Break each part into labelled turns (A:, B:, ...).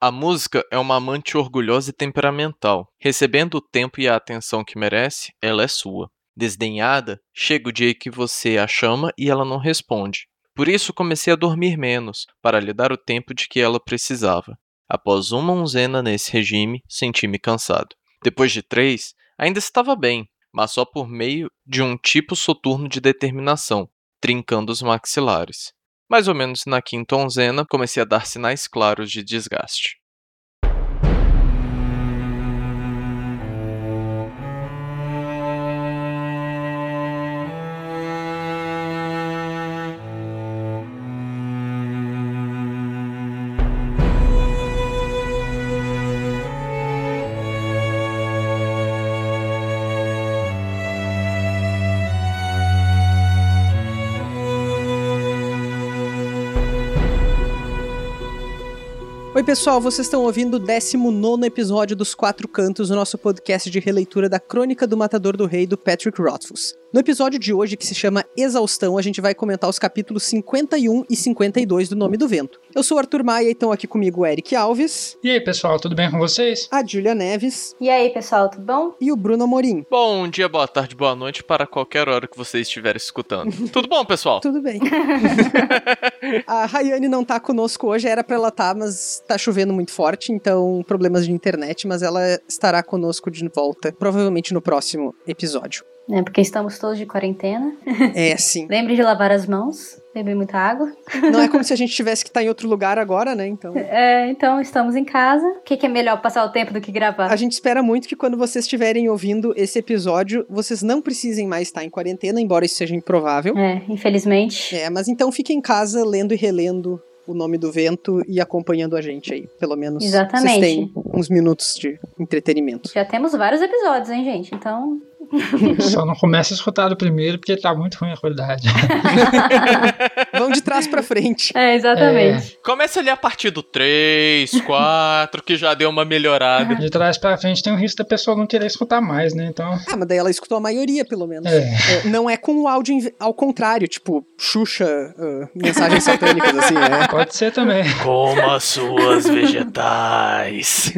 A: A música é uma amante orgulhosa e temperamental. Recebendo o tempo e a atenção que merece, ela é sua. Desdenhada, chega o dia que você a chama e ela não responde. Por isso comecei a dormir menos, para lhe dar o tempo de que ela precisava. Após uma onzena nesse regime, senti-me cansado. Depois de três, ainda estava bem, mas só por meio de um tipo soturno de determinação, trincando os maxilares. Mais ou menos na quinta onzena, comecei a dar sinais claros de desgaste.
B: Oi, pessoal, vocês estão ouvindo o 19 episódio dos Quatro Cantos, o nosso podcast de releitura da Crônica do Matador do Rei do Patrick Rothfuss. No episódio de hoje, que se chama Exaustão, a gente vai comentar os capítulos 51 e 52 do Nome do Vento. Eu sou o Arthur Maia e estão aqui comigo o Eric Alves,
C: E aí, pessoal, tudo bem com vocês?
B: a Júlia Neves
D: E aí, pessoal, tudo bom?
B: e o Bruno Amorim.
A: Bom um dia, boa tarde, boa noite para qualquer hora que você estiver escutando. Tudo bom, pessoal?
B: Tudo bem. a Rayane não tá conosco hoje, era pra ela estar, mas tá chovendo muito forte, então problemas de internet, mas ela estará conosco de volta, provavelmente no próximo episódio.
D: É porque estamos todos de quarentena.
B: É, sim.
D: Lembre de lavar as mãos, beber muita água.
B: Não é como se a gente tivesse que estar em outro lugar agora, né? Então.
D: É, então, estamos em casa. O que, que é melhor, passar o tempo do que
B: A
D: gravar?
B: gente espera muito que quando vocês estiverem ouvindo esse episódio, vocês não precisem mais estar em quarentena, embora isso seja improvável.
D: É, infelizmente.
B: É, mas então fiquem em casa lendo e relendo o nome do vento e acompanhando a gente aí. Pelo menos vocês
D: Exatamente.
B: têm uns minutos de entretenimento.
D: Já temos vários episódios, hein, gente? Então,
C: Só não começa a escutar do primeiro porque tá muito ruim a qualidade.
B: Vão de trás pra frente.
D: é, exatamente.
A: Começa ali a partir do 3, 4, que já deu uma melhorada.
C: De trás pra frente tem o risco da pessoa não querer escutar mais, né? Então,
B: Ah, mas daí ela escutou a maioria, pelo menos.
C: é.
B: É, Não é com o áudio inv- ao contrário, tipo, Xuxa, ah, mensagens satânicas, assim, né?
C: Pode ser também.
A: Coma suas vegetais.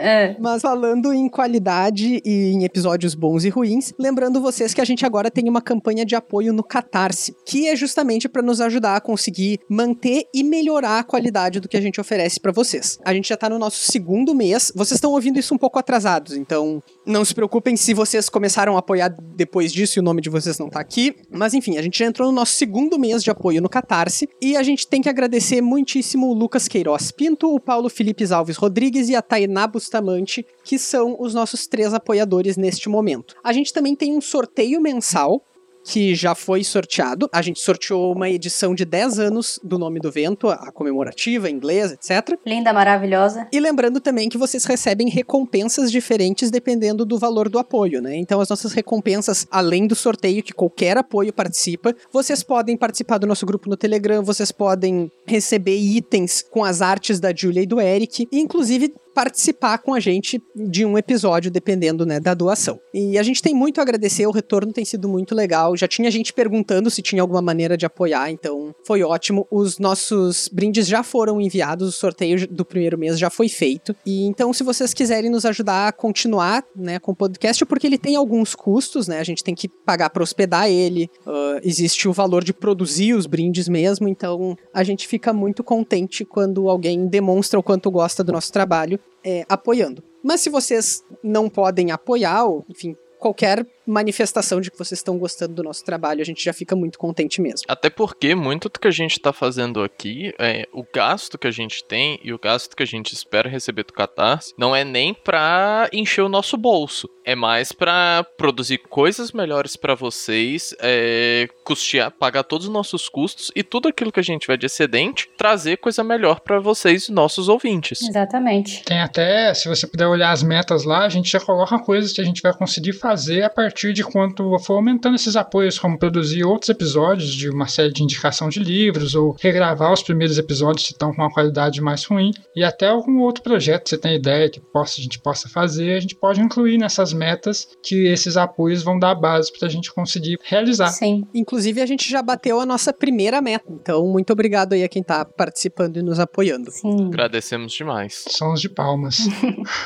D: É.
B: Mas falando em qualidade e em episódios bons e ruins, lembrando vocês que a gente agora tem uma campanha de apoio no Catarse, que é justamente para nos ajudar a conseguir manter e melhorar a qualidade do que a gente oferece para vocês. A gente já tá no nosso segundo mês, vocês estão ouvindo isso um pouco atrasados, então não se preocupem se vocês começaram a apoiar depois disso e o nome de vocês não tá aqui. Mas enfim, a gente já entrou no nosso segundo mês de apoio no Catarse. E a gente tem que agradecer muitíssimo o Lucas Queiroz Pinto, o Paulo Felipe Alves Rodrigues e a Tainá Bustamante, que são os nossos três apoiadores neste momento. A gente também tem um sorteio mensal que já foi sorteado. A gente sorteou uma edição de 10 anos do Nome do Vento, a comemorativa, a inglesa, etc.
D: Linda, maravilhosa.
B: E lembrando também que vocês recebem recompensas diferentes dependendo do valor do apoio, né? Então as nossas recompensas, além do sorteio que qualquer apoio participa, vocês podem participar do nosso grupo no Telegram, vocês podem receber itens com as artes da Julia e do Eric, e inclusive participar com a gente de um episódio, dependendo né, da doação. E a gente tem muito a agradecer, o retorno tem sido muito legal. Já tinha gente perguntando se tinha alguma maneira de apoiar, então foi ótimo. Os nossos brindes já foram enviados, o sorteio do primeiro mês já foi feito. E então, se vocês quiserem nos ajudar a continuar né, com o podcast, porque ele tem alguns custos, né? A gente tem que pagar para hospedar ele, ah, existe o valor de produzir os brindes mesmo, então a gente fica muito contente quando alguém demonstra o quanto gosta do nosso trabalho é, apoiando. Mas se vocês não podem apoiar, ou, enfim, qualquer manifestação de que vocês estão gostando do nosso trabalho, a gente já fica muito contente mesmo.
A: Até porque muito do que a gente tá fazendo aqui, é, o gasto que a gente tem e o gasto que a gente espera receber do Catarse, não é nem pra encher o nosso bolso. É mais pra produzir coisas melhores pra vocês, é, custear, pagar todos os nossos custos e tudo aquilo que a gente vai de excedente, trazer coisa melhor pra vocês, nossos ouvintes.
D: Exatamente.
C: Tem até, se você puder olhar as metas lá, a gente já coloca coisas que a gente vai conseguir fazer a partir partir de quanto for aumentando esses apoios, como produzir outros episódios de uma série de indicação de livros, ou regravar os primeiros episódios que estão com uma qualidade mais ruim, e até algum outro projeto que você tem ideia que possa, a gente possa fazer, a gente pode incluir nessas metas que esses apoios vão dar base para a gente conseguir realizar.
D: Sim.
B: Inclusive, a gente já bateu a nossa primeira meta. Então, muito obrigado aí a quem tá participando e nos apoiando.
D: Sim.
A: Agradecemos demais.
C: Sons de palmas.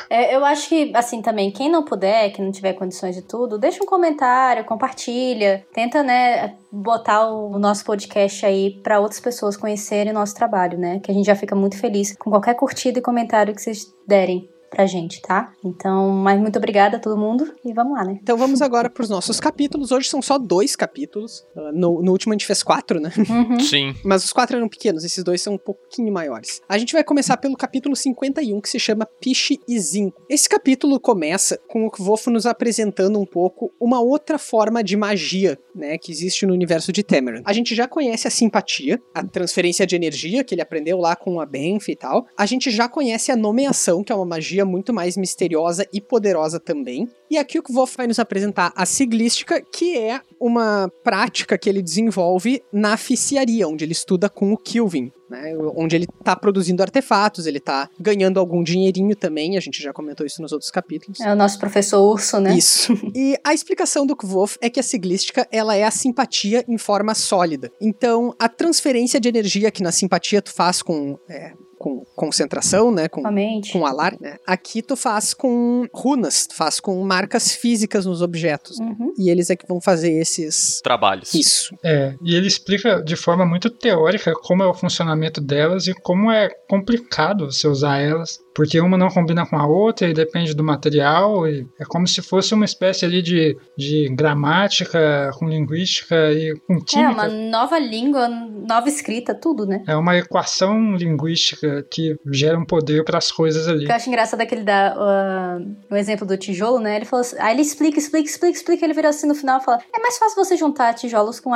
D: É, eu acho que, assim, também, quem não puder, que não tiver condições de tudo, deixa um comentário, compartilha, tenta, né, botar o nosso podcast aí para outras pessoas conhecerem o nosso trabalho, né? Que a gente já fica muito feliz com qualquer curtida e comentário que vocês derem pra gente, tá? Então, mas muito obrigada a todo mundo e vamos lá, né?
B: Então vamos agora pros nossos capítulos. Hoje são só dois capítulos. Ah, No, no último a gente fez quatro, né?
D: Uhum.
A: Sim.
B: Mas os quatro eram pequenos, esses dois são um pouquinho maiores. A gente vai começar pelo capítulo 51, que se chama Piche e Zinco. Esse capítulo começa com o Kvofo nos apresentando um pouco uma outra forma de magia, né, que existe no universo de Temeran. A gente já conhece a simpatia, a transferência de energia que ele aprendeu lá com a Benf e tal. A gente já conhece a nomeação, que é uma magia muito mais misteriosa e poderosa também. E aqui o Kvof vai nos apresentar a siglística, que é uma prática que ele desenvolve na ficiaria, onde ele estuda com o Kilvin. Né, onde ele tá produzindo artefatos, ele tá ganhando algum dinheirinho também, a gente já comentou isso nos outros capítulos.
D: É o nosso professor urso, né?
B: Isso. E a explicação do Kvof é que a siglística ela é a simpatia em forma sólida. Então, a transferência de energia que na simpatia tu faz com, é, com concentração, né? Com,
D: Realmente.
B: com alar, né? Aqui tu faz com runas, tu faz com marcas físicas nos objetos.
D: Uhum.
B: E eles é que vão fazer esses.
A: Trabalhos.
B: Isso.
C: É, e ele explica de forma muito teórica como é o funcionamento delas e como é complicado você usar elas, porque uma não combina com a outra e depende do material, e é como se fosse uma espécie ali de, de gramática, com linguística e com
D: É,
C: química.
D: uma nova língua, nova escrita, tudo, né?
C: É uma equação linguística que gera um poder para as coisas ali.
D: O que eu acho engraçado é que ele dá ah, o exemplo do tijolo, né? Ele falou assim, aí ele explica, explica, explica, explica, ele vira assim no final e fala: é mais fácil você juntar tijolos com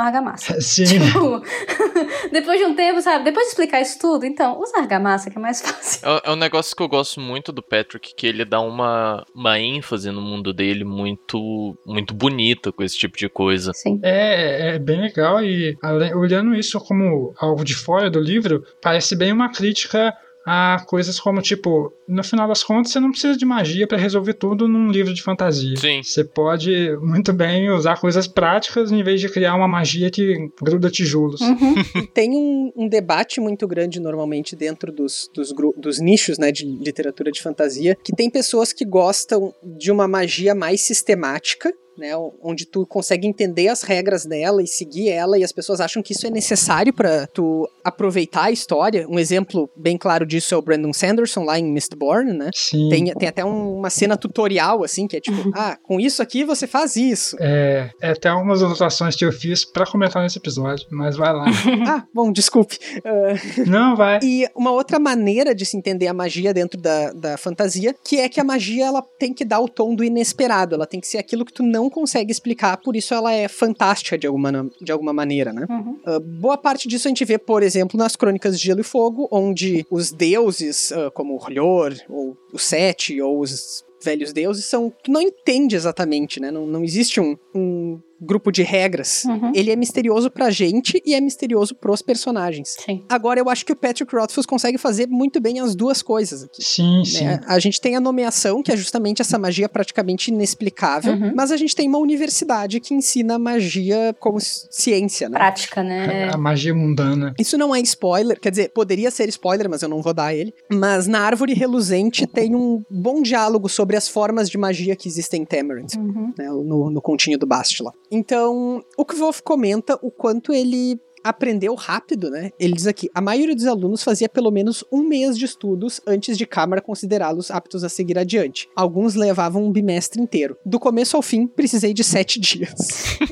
D: argamassa.
C: Sim,
D: Tipo, depois de um tempo, sabe? Depois de explicar isso tudo, então, usa argamassa que é mais fácil.
A: É é um negócio que eu gosto muito do Patrick, que ele dá uma, uma ênfase no mundo dele muito, muito bonita com esse tipo de coisa.
D: Sim.
C: é, é bem legal e ale- olhando isso como algo de fora do livro, parece bem uma crítica a coisas como tipo, no final das contas você não precisa de magia para resolver tudo num livro de fantasia.
A: Sim.
C: Você pode muito bem usar coisas práticas em vez de criar uma magia que gruda tijolos.
D: Uhum.
B: E tem um, um debate muito grande normalmente dentro dos, dos, gru- dos nichos né, de literatura de fantasia, que tem pessoas que gostam de uma magia mais sistemática. Né, onde tu consegue entender as regras dela e seguir ela, e as pessoas acham que isso é necessário para tu aproveitar a história. Um exemplo bem claro disso é o Brandon Sanderson lá em Mistborn, né?
C: Sim.
B: Tem, tem até um- uma cena tutorial, assim, que é tipo, ah, com isso aqui você faz isso.
C: É, é até algumas anotações que eu fiz para comentar nesse episódio, mas vai lá.
B: ah, bom, desculpe. Ah,
C: não, vai.
B: E uma outra maneira de se entender a magia dentro da, da fantasia, que é que a magia ela tem que dar o tom do inesperado, ela tem que ser aquilo que tu não consegue explicar, por isso ela é fantástica de alguma, de alguma maneira, né?
D: Uhum.
B: Ah, boa parte disso a gente vê, por exemplo, nas crônicas de Gelo e Fogo, onde os deuses, ah, como Hlor, ou o Sete, ou os velhos deuses, são. Tu não entende exatamente, né? Não, não existe um, um grupo de regras.
D: Uhum.
B: Ele é misterioso pra gente e é misterioso pros personagens.
D: Sim.
B: Agora, eu acho que o Patrick Rothfuss consegue fazer muito bem as duas coisas aqui.
C: Sim, sim.
B: né? A gente tem a nomeação, que é justamente essa magia praticamente inexplicável,
D: Uhum.
B: mas a gente tem uma universidade que ensina magia como ci- ciência, né?
D: Prática, né?
C: A magia mundana.
B: Isso não é spoiler, quer dizer, poderia ser spoiler, mas eu não vou dar ele. Mas na Árvore Reluzente tem um bom diálogo sobre as formas de magia que existem em Tamarind
D: Uhum.
B: né, no, no continho do Bast lá. Então, o Kvolf comenta o quanto ele aprendeu rápido, né? Ele diz aqui, a maioria dos alunos fazia pelo menos um mês de estudos antes de Câmara considerá-los aptos a seguir adiante. Alguns levavam um bimestre inteiro. Do começo ao fim, precisei de sete dias.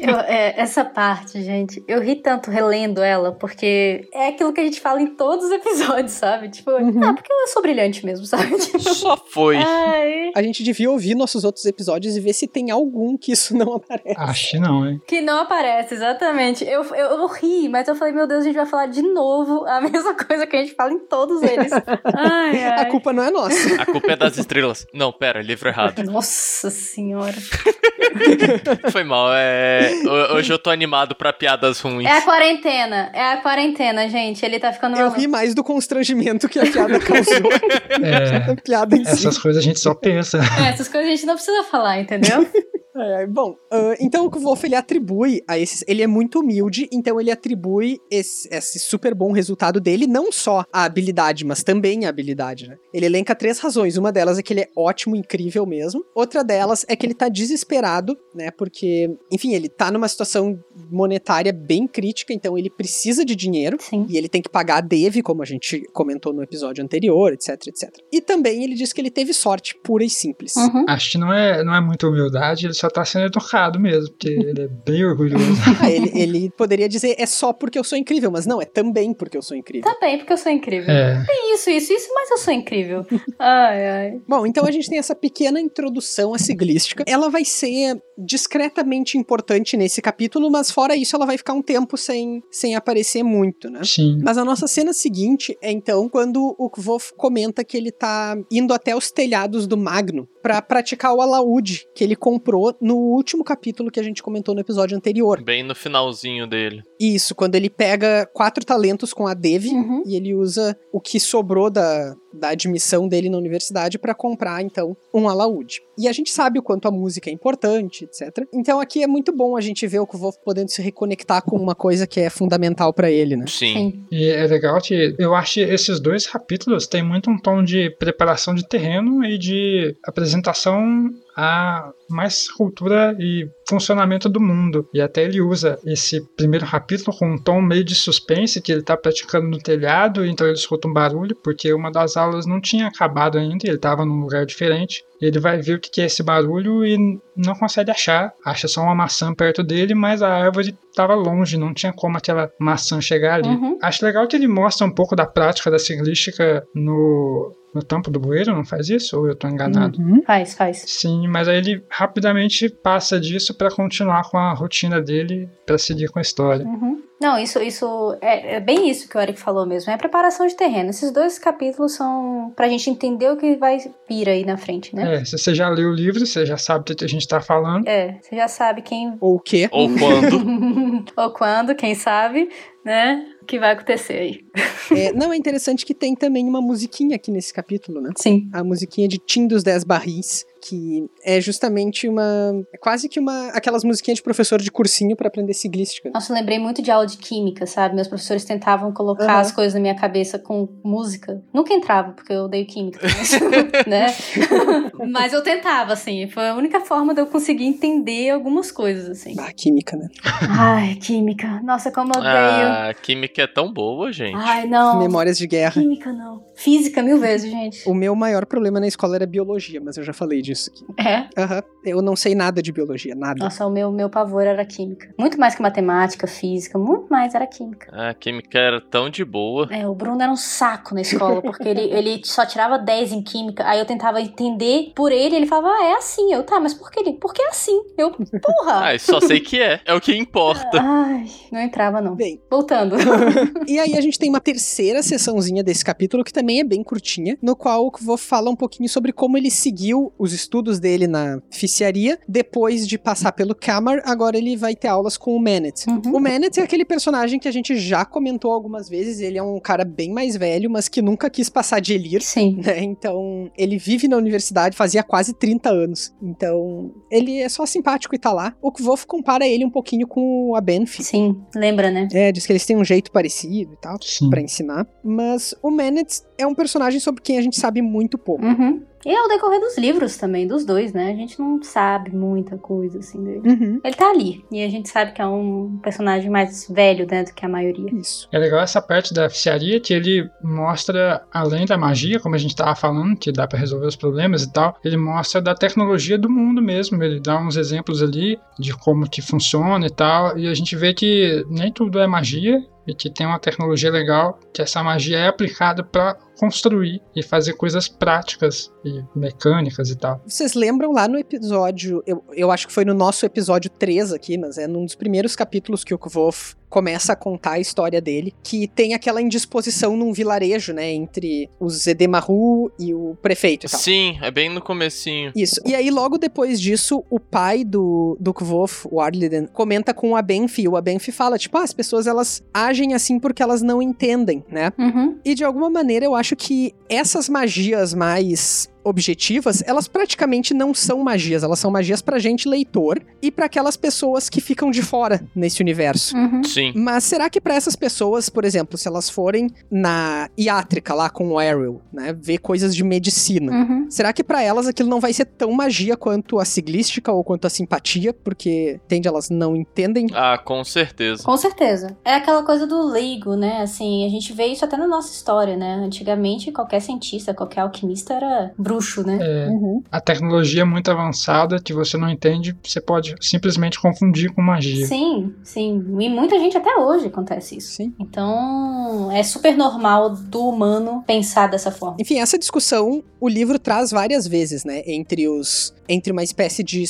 D: Eu- é, essa parte, gente, eu ri tanto relendo ela, porque é aquilo que a gente fala em todos os episódios, sabe? Tipo,
B: Uhum.
D: ah, porque eu sou brilhante mesmo, sabe? Tipo,
A: Só foi.
D: ai,
B: A gente devia ouvir nossos outros episódios e ver se tem algum que isso não aparece.
C: Acho que não, hein?
D: que não aparece, exatamente. Eu, eu, eu ri, mas completo, eu falei, meu Deus, a gente vai falar de novo a mesma coisa que a gente fala em todos eles. ai, ai.
B: A culpa é não é nossa.
A: A culpa é das estrelas. Não, pera, livro errado.
D: Nossa senhora.
A: Foi mal, é. ho- Hoje eu tô animado pra piadas ruins.
D: É a quarentena, é a quarentena, gente. Ele tá ficando
B: Eu
D: maluco.
B: ri mais do constrangimento que a piada causou.
C: É,
B: a piada em si.
C: essas coisas a gente só pensa.
D: É, essas coisas a gente não precisa falar, entendeu?
B: É, é, bom, ah, então o que o Wolf ele atribui a esses. Ele é muito humilde, então ele atribui esse, esse super bom resultado dele, não só a habilidade, mas também a habilidade, né? Ele elenca três razões. Uma delas é que ele é ótimo, incrível mesmo. Outra delas é que ele tá desesperado, né? Porque, enfim, ele tá numa situação monetária bem crítica, então ele precisa de dinheiro.
D: Sim.
B: E ele tem que pagar a Dave, como a gente comentou no episódio anterior, etc, etc. E também ele diz que ele teve sorte pura e simples.
D: Uhum.
C: Acho que não é, não é muita humildade, ele só tá sendo educado mesmo, porque ele é bem orgulhoso.
B: Ah, ele, ele poderia dizer é só porque eu sou incrível, mas não, é também porque eu sou incrível.
D: Tá bem, porque eu sou incrível.
C: É.
D: Tem Isso, isso, isso, mas eu sou incrível. Ai, ai.
B: Bom, então a gente tem essa pequena introdução à siglística. Ela vai ser discretamente importante nesse capítulo, mas fora isso, ela vai ficar um tempo sem, sem aparecer muito, né?
C: É, Sim.
B: Mas a nossa cena seguinte é então quando o Kvof comenta que ele tá indo até os telhados do Magno pra praticar o alaúde que ele comprou no último capítulo que a gente comentou no episódio anterior.
A: Bem no finalzinho dele.
B: Isso, quando ele pega quatro talentos com a Devi
D: Uhum.
B: e ele usa o que sobrou da, da admissão dele na universidade pra comprar, então, um alaúde. E a gente sabe o quanto a música é importante, etc. Então aqui é muito bom a gente ver o Kvof podendo se reconectar com uma coisa que é fundamental pra ele, né?
A: Sim.
D: Sim.
C: E é legal que eu acho que esses dois capítulos têm muito um tom de preparação de terreno e de apresentação a mais cultura e funcionamento do mundo. E até ele usa esse primeiro capítulo com um tom meio de suspense que ele tá praticando no telhado, então ele escuta um barulho, porque uma das aulas não tinha acabado ainda, ele estava num lugar diferente. Ele vai ver o que que é esse barulho e não consegue achar. Acha só uma maçã perto dele, mas a árvore estava longe, não tinha como aquela maçã chegar ali.
D: Uhum.
C: Acho legal que ele mostra um pouco da prática da ciclística no, no tampo do bueiro, não é faz isso? Ou eu tô
B: Hum.
C: enganado?
D: Faz, faz.
C: Sim, mas aí ele rapidamente passa disso pra continuar com a rotina dele, pra seguir com a história.
D: Uhum. Não, isso, isso é, é bem isso que o Eric falou mesmo. É preparação de terreno. Esses dois capítulos são pra gente entender o que vai vir aí na frente, né?
C: É, se você já leu o livro, você já sabe do que a gente tá falando.
D: É, você já sabe quem
B: Ou o quê?
A: Ou quando.
D: ou quando, quem sabe, né? O que vai acontecer aí.
B: É, não, é interessante que tem também uma musiquinha aqui nesse capítulo, né?
D: Sim.
B: A musiquinha de Tim dos Dez Barris, que é justamente uma. É quase que uma. aquelas musiquinhas de professor de cursinho pra aprender siglística. né?
D: Nossa, eu lembrei muito de aula de química, sabe? Meus professores tentavam colocar
B: Aham.
D: as coisas na minha cabeça com música. Nunca entrava, porque eu odeio química, né? Mas eu tentava, assim. Foi a única forma de eu conseguir entender algumas coisas, assim.
B: Ah, química, né?
D: Ai, química. Nossa, como eu odeio.
A: Ah, a química é tão boa, gente.
D: Ai, não.
B: Memórias de guerra.
D: Química, não. Física, mil vezes, gente.
B: O meu maior problema na escola era biologia, mas eu já falei disso aqui.
D: É?
B: Aham. Eu não sei nada de biologia, nada.
D: Nossa, o meu, meu pavor era química. Muito mais que matemática, física, muito mais era química.
A: A química era tão de boa.
D: É, o Bruno era um saco na escola, porque ele, ele só tirava 10 em química, aí eu tentava entender por ele, ele falava, ah, é assim. Eu, tá, mas por que ele? Por que é assim? Eu, porra!
A: Ah, só sei que é. É o que importa.
D: Ai, não entrava, não.
B: Bem.
D: Voltando.
B: E aí a gente tem uma terceira sessãozinha desse capítulo, que também é bem curtinha, no qual eu vou falar um pouquinho sobre como ele seguiu os estudos dele na ficiaria, depois de passar pelo Camar, agora ele vai ter aulas com o Manet.
D: Uhum.
B: O Manet é aquele personagem que a gente já comentou algumas vezes, ele é um cara bem mais velho, mas que nunca quis passar de Elir,
D: Sim.
B: né? Então, ele vive na universidade, fazia quase 30 anos. Então, ele é só simpático e tá lá. O Kvof compara ele um pouquinho com a Benfi.
D: Sim, lembra, né?
B: É, diz que eles têm um jeito parecido e tal,
C: Sim.
B: pra ensinar. Mas o Manet é um personagem sobre quem a gente sabe muito pouco.
D: Uhum. E ao decorrer dos livros também, dos dois, né? A gente não sabe muita coisa, assim, dele.
B: Uhum.
D: Ele tá ali. E a gente sabe que é um personagem mais velho, né, do que a maioria.
B: Isso.
C: É legal essa parte da oficiaria que ele mostra, além da magia, como a gente tava falando, que dá pra resolver os problemas e tal, ele mostra da tecnologia do mundo mesmo. Ele dá uns exemplos ali de como que funciona e tal, e a gente vê que nem tudo é magia e que tem uma tecnologia legal, que essa magia é aplicada pra construir e fazer coisas práticas e mecânicas e tal.
B: Vocês lembram lá no episódio, eu, eu acho que foi no nosso episódio 3 aqui, mas é num dos primeiros capítulos que o Kvof começa a contar a história dele, que tem aquela indisposição num vilarejo, né, entre o Zedemaru e o prefeito e
D: Então.
B: tal.
A: Sim, é bem no comecinho.
B: Isso. E aí, logo depois disso, o pai do, do Kvof, o Arliden, comenta com o Abenfi. E o Abenfi fala, tipo, ah, as pessoas, elas agem assim porque elas não entendem, né?
D: Uhum.
B: E de alguma maneira, eu acho que essas magias mais objetivas, elas praticamente não são magias, elas são magias pra gente leitor e pra aquelas pessoas que ficam de fora nesse universo.
D: Uhum.
A: Sim.
B: Mas será que pra essas pessoas, por exemplo, se elas forem na iátrica lá com o Ariel, né, ver coisas de medicina,
D: Uhum.
B: será que pra elas aquilo não vai ser tão magia quanto a siglística ou quanto a simpatia, porque entende elas não entendem?
A: Ah, com certeza.
D: Com certeza. É aquela coisa do leigo, né? Assim, a gente vê isso até na nossa história, né? Antigamente, qualquer cientista, qualquer alquimista era bruxo, né?
C: É,
B: Uhum.
C: a tecnologia é muito avançada que você não entende, você pode simplesmente confundir com magia.
D: Sim, sim. E muita gente até hoje acontece isso.
B: Sim.
D: Então, é super normal do humano pensar dessa forma.
B: Enfim, essa discussão o livro traz várias vezes, né? Entre os. Entre uma espécie de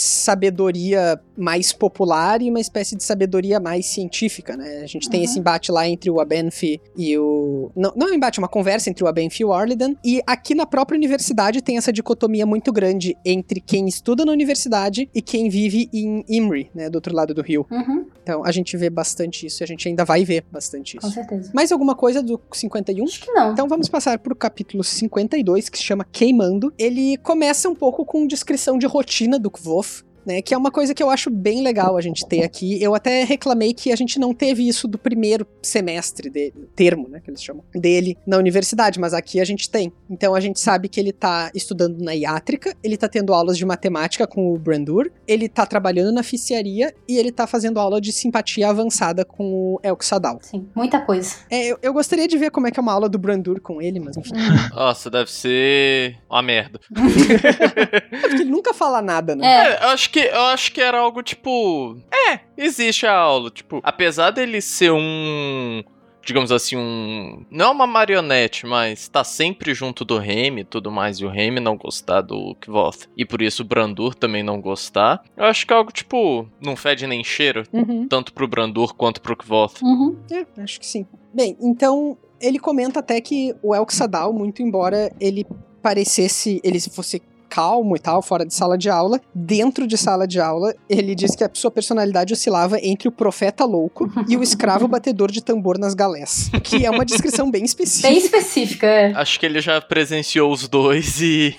B: sabedoria mais popular e uma espécie de sabedoria mais científica, né? A gente tem
D: Uhum.
B: esse embate lá entre o Abenfi e o. Não, não é um embate, é uma conversa entre o Abenfi e o Arliden. E aqui na própria universidade tem essa dicotomia muito grande entre quem estuda na universidade e quem vive em Imri, né? Do outro lado do rio.
D: Uhum,
B: Então a gente vê bastante isso e a gente ainda vai ver bastante
D: com
B: isso.
D: certeza.
B: Mais alguma coisa do 51?
D: Acho que não.
B: Então vamos passar pro capítulo 52, que se chama Queimando. Ele começa um pouco com descrição de rotina do Kvof. Né, que é uma coisa que eu acho bem legal a gente ter aqui. Eu até reclamei que a gente não teve isso do primeiro semestre dele, termo, né, que eles chamam, dele na universidade, mas aqui a gente tem. Então a gente sabe que ele tá estudando na iátrica, ele tá tendo aulas de matemática com o Brandur, ele tá trabalhando na ficiaria e ele tá fazendo aula de simpatia avançada com o Elxadal.
D: Sim, muita coisa.
B: É, eu, eu gostaria de ver como é que é uma aula do Brandur com ele, mas enfim.
A: Nossa, deve ser uma merda.
B: Porque ele nunca fala nada, né?
D: É,
A: É, eu acho que eu acho que era algo tipo, é, existe a aula, tipo, apesar dele ser um, digamos assim, um, não é uma marionete, mas tá sempre junto do Remy e tudo mais, e o Remy não gostar do Kvoth, e por isso o Brandur também não gostar. Eu acho que é algo tipo, não fede nem cheiro,
B: Uhum.
A: tanto pro Brandur quanto pro Kvoth.
D: uhum,
B: É, acho que sim. Bem, então ele comenta até que o Elxadal, muito embora ele parecesse, ele fosse calmo e tal, fora de sala de aula, dentro de sala de aula, ele diz que a sua personalidade oscilava entre o profeta louco e o escravo batedor de tambor nas galés, que é uma descrição bem específica.
D: bem específica. é.
A: Acho que ele já presenciou os dois e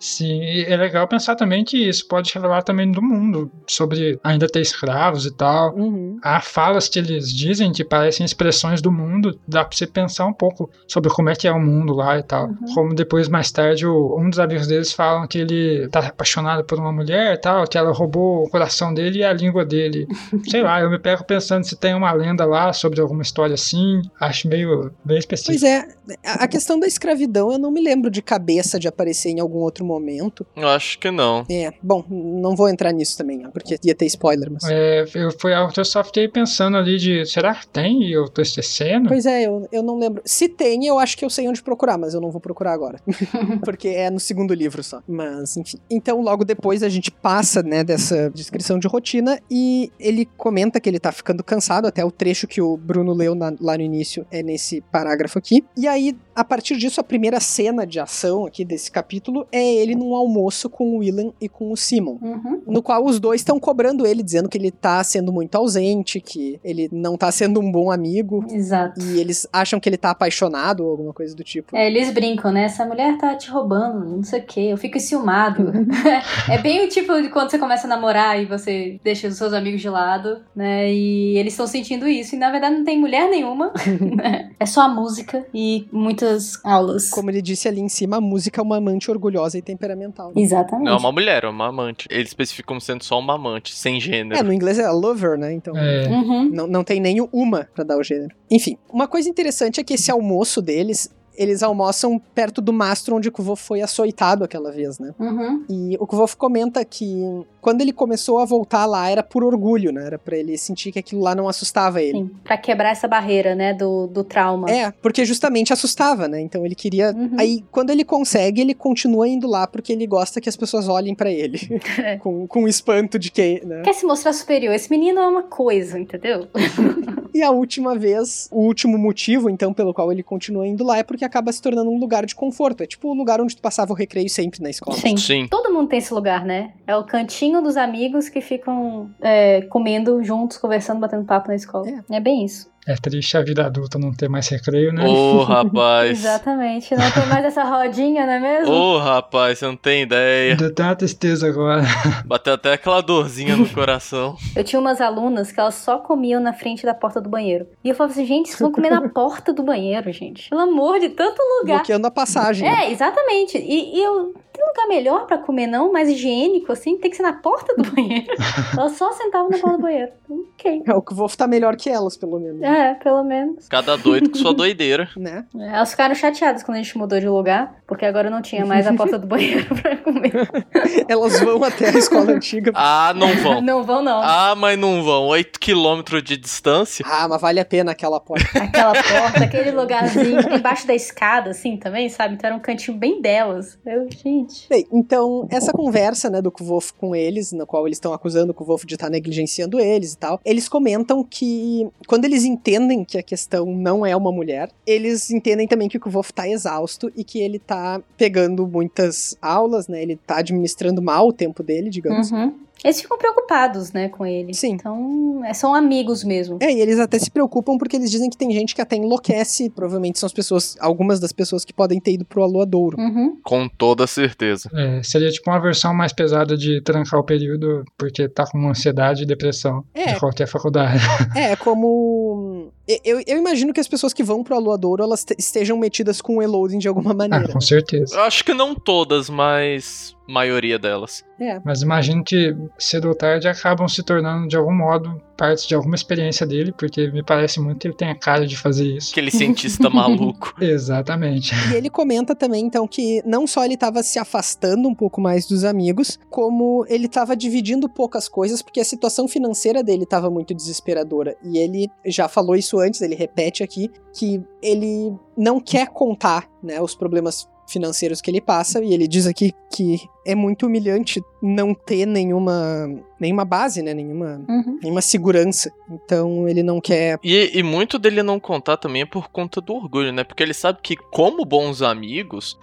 C: Sim, e é legal pensar também que isso pode revelar também do mundo, sobre ainda ter escravos e tal.
B: Uhum.
C: Há falas que eles dizem que parecem expressões do mundo, dá pra você pensar um pouco sobre como é que é o mundo lá e tal. Como depois, mais tarde, o- um dos amigos deles falam que ele tá apaixonado por uma mulher e tal, que ela roubou o coração dele e a língua dele. Sei lá, eu me pego pensando se tem uma lenda lá sobre alguma história assim, acho meio bem específico.
B: Pois é, a a questão da escravidão eu não me lembro de cabeça de aparecer em algum outro momento.
A: eu acho que não.
B: É, bom, não vou entrar nisso também, ó, porque ia ter spoiler, mas.
C: É, eu, foi algo que eu só fiquei pensando ali de, será que tem e eu tô esquecendo?
B: Pois é, eu, eu não lembro. Se tem, eu acho que eu sei onde procurar, mas eu não vou procurar agora. Porque é no segundo livro só. Mas, enfim. Então, logo depois a gente passa, né, dessa descrição de rotina e ele comenta que ele tá ficando cansado, até o trecho que o Bruno leu na- lá no início é nesse parágrafo aqui. E aí, a partir disso, a primeira cena de ação aqui desse capítulo é ele num almoço com o Willan e com o Simon
D: Uhum,
B: no qual os dois estão cobrando ele, dizendo que ele tá sendo muito ausente, que ele não tá sendo um bom amigo,
D: Exato.
B: e eles acham que ele tá apaixonado ou alguma coisa do tipo.
D: É, eles brincam, né? Essa mulher tá te roubando, não sei o quê, eu fico enciumado.
B: Uhum.
D: é bem o tipo de quando você começa a namorar e você deixa os seus amigos de lado, né? E eles estão sentindo isso. E na verdade não tem mulher nenhuma, né? É só a música e muitas aulas.
B: Como ele disse ali em cima, a música é uma amante orgulhosa e temperamental.
D: Exatamente.
A: Não é uma mulher, é uma amante. Ele especifica como sendo só uma amante, sem
B: É,
A: gênero.
B: no inglês é lover, né? Então.
C: É.
D: Uhum.
B: Não, não tem nem o uma pra dar o gênero. Enfim, uma coisa interessante é que esse almoço deles, eles almoçam perto do mastro onde o Kuvô foi açoitado aquela vez, né?
D: Uhum.
B: E o Kvof comenta que Quando ele começou a voltar lá, era por orgulho, né? Era pra ele sentir que aquilo lá não assustava ele.
D: Sim, pra quebrar essa barreira, né, do, do trauma.
B: É, porque justamente assustava, né? Então ele queria.
D: Uhum.
B: Aí, quando ele consegue, ele continua indo lá porque ele gosta que as pessoas olhem pra ele.
D: É.
B: com, com espanto de que. Né?
D: Quer se mostrar superior. Esse menino é uma coisa, entendeu?
B: E a última vez, o último motivo, então, pelo qual ele continua indo lá é porque acaba se tornando um lugar de conforto. É tipo o lugar onde tu passava o recreio sempre na escola.
D: É, Sim.
A: Sim.
D: Todo mundo tem esse lugar, né? É o cantinho dos amigos que ficam é, comendo juntos, conversando, batendo papo na escola. É, bem isso.
C: É triste a vida adulta não ter mais recreio, né?
A: Ô, rapaz.
D: Exatamente. Não tem mais essa rodinha, não é
A: Ô,
D: mesmo?
A: rapaz, você não tem ideia.
C: Deu tanta tá tristeza agora.
A: Bateu até aquela dorzinha no coração.
D: Eu tinha umas alunas que elas só comiam na frente da porta do banheiro. E eu falava assim, gente, vocês vão comer na porta do banheiro, gente. Pelo amor de tanto lugar.
B: Bloqueando a passagem. né?
D: É, exatamente. E, e eu. Tem lugar melhor pra comer, não? Mais higiênico, assim? Tem que ser na porta do banheiro. Ela só sentava na porta do banheiro. Ok.
B: É, o que vou tá melhor que elas, pelo menos.
D: É, pelo menos.
A: Cada doido com sua doideira.
B: Né?
D: É, Elas ficaram chateadas quando a gente mudou de lugar, porque agora não tinha mais a porta do banheiro pra comer.
B: Elas vão até a escola antiga.
A: Ah, não vão.
D: Não vão, não.
A: Ah, mas não vão. 8 km de distância.
B: Ah, mas vale a pena aquela porta.
D: Aquela porta, aquele lugarzinho embaixo da escada, assim, também, sabe? Então era um cantinho bem delas. Eu, gente.
B: Bem, então, essa conversa, né, do Kvof com eles, na qual eles estão acusando o Kvof de estar negligenciando eles e tal, eles comentam que quando eles entendem que a questão não é uma mulher, eles entendem também que o Kvof tá exausto e que ele tá pegando muitas aulas, né, ele tá administrando mal o tempo dele, digamos.
D: Uhum. Eles ficam preocupados, né, com ele.
B: Sim.
D: Então, é, são amigos mesmo.
B: É, e eles até se preocupam porque eles dizem que tem gente que até enlouquece, provavelmente são as pessoas, algumas das pessoas que podem ter ido pro Aloadouro.
D: Uhum.
A: Com toda certeza.
C: É, seria tipo uma versão mais pesada de trancar o período porque tá com ansiedade e depressão
B: É.
C: de qualquer faculdade.
B: É, como. e- Eu, eu imagino que as pessoas que vão pro Aluadouro elas te- estejam metidas com o Eloding de alguma
C: Ah,
B: É maneira.
C: com certeza.
A: Eu acho que não todas, mas maioria delas.
B: É.
C: Mas imagino que cedo ou tarde acabam se tornando de algum modo parte de alguma experiência dele, porque me parece muito que ele tem a cara de fazer isso.
A: Aquele cientista maluco.
C: Exatamente.
B: E ele comenta também, então, que não só ele tava se afastando um pouco mais dos amigos, como ele tava dividindo poucas coisas, porque a situação financeira dele tava muito desesperadora. E ele já falou isso antes, ele repete aqui, que ele não quer contar, né, os problemas financeiros que ele passa, e ele diz aqui que é muito humilhante não ter nenhuma, nenhuma base, né, nenhuma
D: Uhum.
B: nenhuma segurança. Então ele não quer.
A: E, e muito dele não contar também é por conta do orgulho, né? Porque ele sabe que, como bons amigos,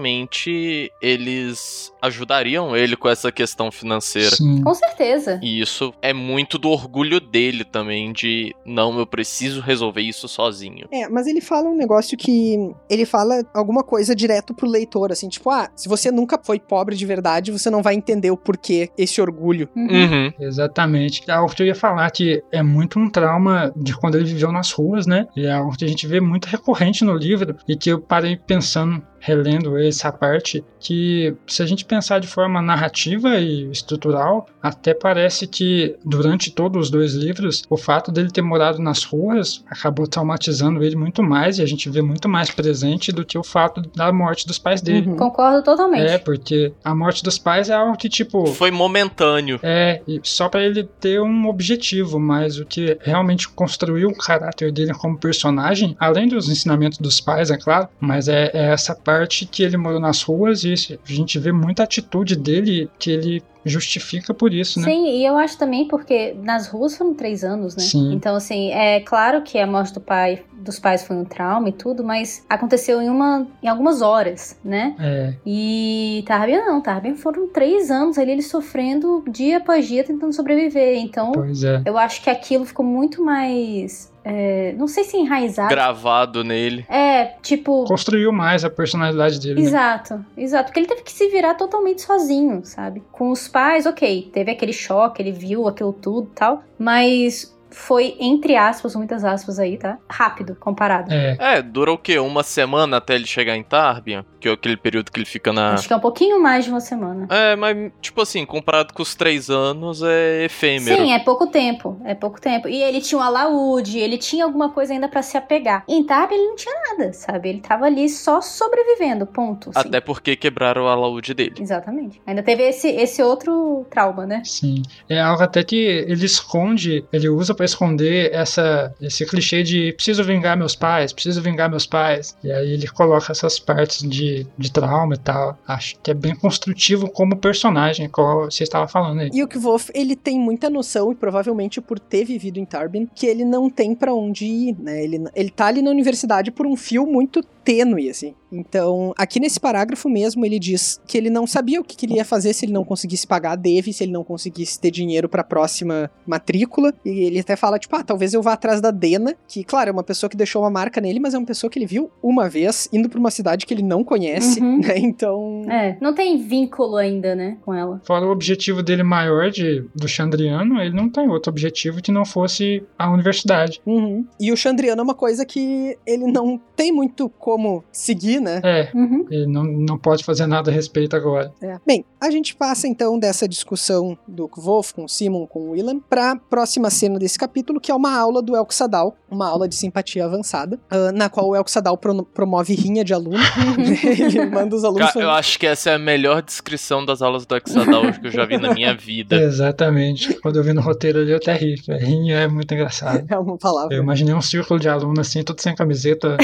A: provavelmente eles ajudariam ele com essa questão financeira.
C: Sim.
D: Com certeza.
A: E isso é muito do orgulho dele também, de não, eu preciso resolver isso sozinho.
B: É, mas ele fala um negócio que. Ele fala alguma coisa direto pro leitor, assim, tipo, ah, se você nunca foi pobre de verdade, você não vai entender o porquê esse orgulho.
D: Uhum.
A: Uhum.
C: Exatamente. É algo que eu ia falar que é muito um trauma de quando ele viveu nas ruas, né? E é algo que a gente vê muito recorrente no livro e que eu parei pensando, relendo essa parte, que se a gente pensar de forma narrativa e estrutural, até parece que durante todos os dois livros, o fato dele ter morado nas ruas acabou traumatizando ele muito mais e a gente vê muito mais presente do que o fato da morte dos pais dele.
B: Uhum.
D: Concordo totalmente.
C: É, porque a morte dos pais é algo que, tipo,
A: Foi momentâneo.
C: é, e só pra ele ter um objetivo, mas o que realmente construiu o caráter dele como personagem, além dos ensinamentos dos pais, é claro, mas é, é essa parte que ele morou nas ruas e isso- a gente vê muita atitude dele que ele justifica por isso, né?
D: Sim, e eu acho também porque nas ruas foram três anos, né?
C: Sim.
D: Então, assim, é claro que a morte do pai, dos pais foi um trauma e tudo, mas aconteceu em, uma, em algumas horas, né?
C: É,
D: E Tarbia não, Tarbia foram três anos ali ele sofrendo dia após dia tentando sobreviver. Então,
C: pois é.
D: eu acho que aquilo ficou muito mais. é, não sei se enraizado.
A: Gravado nele.
D: é, tipo.
C: Construiu mais a personalidade dele, né?
D: Exato, exato. Porque ele teve que se virar totalmente sozinho, sabe? Com os pais, ok, teve aquele choque, ele viu aquilo tudo e tal, mas foi, entre aspas, muitas aspas aí, tá? Rápido, comparado.
C: É.
A: É, dura o quê? Uma semana até ele chegar em Tarbian? Que é aquele período que ele fica na.
D: Acho que é um pouquinho mais de uma semana.
A: É, mas, tipo assim, comparado com os três anos, é efêmero.
D: Sim, é pouco tempo, é pouco tempo. E ele tinha um alaúde, ele tinha alguma coisa ainda pra se apegar. Em Tarb ele não tinha nada, sabe? Ele tava ali só sobrevivendo, ponto. assim.
A: Até porque quebraram o alaúde dele.
D: Exatamente. Ainda teve esse, esse outro trauma, né?
C: Sim. É algo até que ele esconde, ele usa pra esconder essa, esse clichê de preciso vingar meus pais, preciso vingar meus pais. E aí ele coloca essas partes de, de trauma e tal. Acho que é bem construtivo como personagem, como você estava falando aí.
B: E o Kvolf, ele tem muita noção, e provavelmente por ter vivido em Tarbin, que ele não tem pra onde ir, né? Ele, ele tá ali na universidade por um fio muito tênue, assim. Então, aqui nesse parágrafo mesmo, ele diz que ele não sabia o que, que ele ia fazer se ele não conseguisse pagar a Dave, se ele não conseguisse ter dinheiro pra próxima matrícula. E ele até fala, tipo, ah, talvez eu vá atrás da Dena, que, claro, é uma pessoa que deixou uma marca nele, mas é uma pessoa que ele viu uma vez, indo pra uma cidade que ele não conhece,
D: Uhum.
B: né? Então,
D: É, não tem vínculo ainda, né, com ela.
C: Fora o objetivo dele maior de, do Chandriano, ele não tem outro objetivo que não fosse a universidade.
B: Uhum. E o Chandriano é uma coisa que ele não tem muito como seguir, né?
C: É,
D: Uhum.
C: ele não, não pode fazer nada a respeito agora.
B: Bem, a gente passa então dessa discussão do Kvolf com o Simon, com o Willan, pra próxima cena desse capítulo, que é uma aula do Elk Sadal, uma aula de simpatia avançada, ah, na qual o Elk Sadal prono- promove rinha de aluno. ele manda os alunos.
A: Ca- eu acho que essa é a melhor descrição das aulas do Exadal que eu já vi na minha vida.
C: Exatamente. Quando eu vi no roteiro ali, eu até ri. Rinha é muito engraçado.
B: É uma palavra.
C: Eu imaginei um círculo de aluno assim, todo sem camiseta,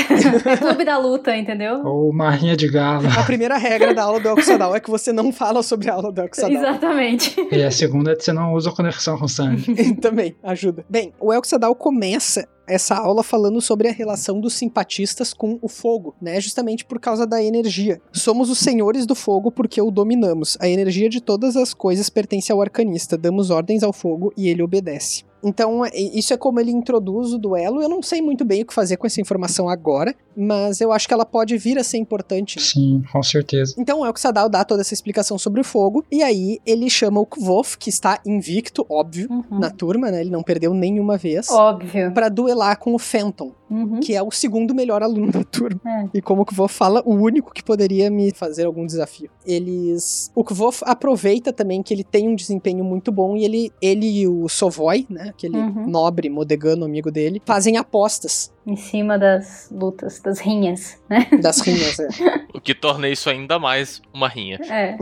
D: É clube da luta, entendeu?
C: ou uma rinha de galo.
B: A primeira regra da aula do Elk Sadal é que você não fala sobre a aula do Elk Sadal.
D: Exatamente.
C: E a segunda é que você não usa conexão com sangue.
B: Também ajuda. Bem, o El Sadal começa essa aula falando sobre a relação dos simpatistas com o fogo, né? Justamente por causa da energia. Somos os senhores do fogo porque o dominamos. A energia de todas as coisas pertence ao arcanista. Damos ordens ao fogo e ele obedece. Então, é- isso é como ele introduz o duelo. Eu não sei muito bem o que fazer com essa informação agora, mas eu acho que ela pode vir a ser importante
C: Sim, com certeza.
B: então o Elxadal dá toda essa explicação sobre o fogo, e aí ele chama o Kvof, que está invicto, óbvio,
D: Uhum.
B: na turma, né? Ele não perdeu nenhuma vez. pra
D: Óbvio.
B: duelar com o Fenton,
D: Uhum.
B: que é o segundo melhor aluno da turma.
D: É.
B: E como o Kvof fala, o único que poderia me fazer algum desafio. Eles. O Kvof aproveita também que ele tem um desempenho muito bom e ele, ele e o Sovoy, né? Aquele
D: Uhum.
B: nobre modegano amigo dele, fazem apostas
D: Em cima das lutas, das rinhas, né?
B: das rinhas. é.
A: O que torna isso ainda mais uma rinha.
D: É.